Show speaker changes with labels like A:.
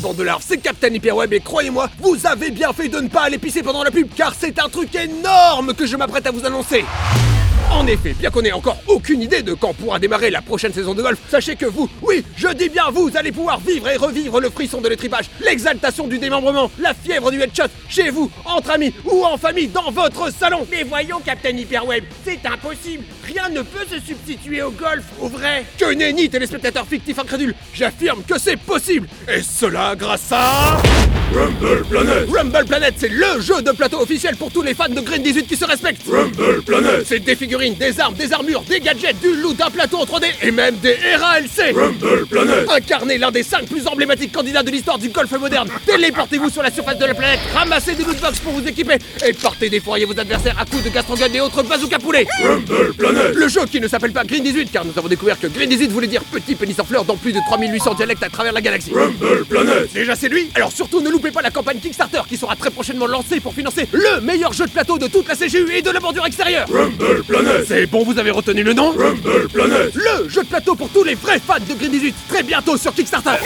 A: bord de l'arbre, c'est Captain Hyperweb et croyez-moi, vous avez bien fait de ne pas aller pisser pendant la pub car c'est un truc énorme que je m'apprête à vous annoncer. En effet, bien qu'on ait encore aucune idée de quand pourra démarrer la prochaine saison de golf, sachez que vous, oui, je dis bien vous, allez pouvoir vivre et revivre le frisson de l'étripage, l'exaltation du démembrement, la fièvre du headshot, chez vous, entre amis ou en famille, dans votre salon.
B: Mais voyons, Captain Hyperweb, c'est impossible. Rien ne peut se substituer au golf, au vrai.
A: Que nenni, téléspectateurs fictifs incrédules, j'affirme que c'est possible. Et cela grâce à...
C: Rumble Planet
A: Rumble Planet, c'est le jeu de plateau officiel pour tous les fans de Green 18 qui se respectent.
C: Rumble Planet
A: C'est des figurines, des armes, des armures, des gadgets, du loot, d'un plateau en 3D et même des RALC
C: Rumble Planet
A: Incarnez l'un des 5 plus emblématiques candidats de l'histoire du golf moderne Téléportez-vous sur la surface de la planète, ramassez des loot box pour vous équiper et partez défoyer vos adversaires à coups de Gastron Gun et autres bazookas poulets
C: Rumble Planet
A: Le jeu qui ne s'appelle pas Green 18 car nous avons découvert que Green 18 voulait dire petit pénis en fleurs dans plus de 3800 dialectes à travers la galaxie
C: Rumble Planet
A: Déjà c'est lui Alors surtout ne loupez pas la campagne Kickstarter qui sera très prochainement lancée pour financer le meilleur jeu de plateau de toute la CGU et de la bordure extérieure
C: Rumble Planet
A: C'est bon, vous avez retenu le nom
C: Rumble Planet
A: Le jeu de plateau pour tous les vrais fans de Green 18, très bientôt sur Kickstarter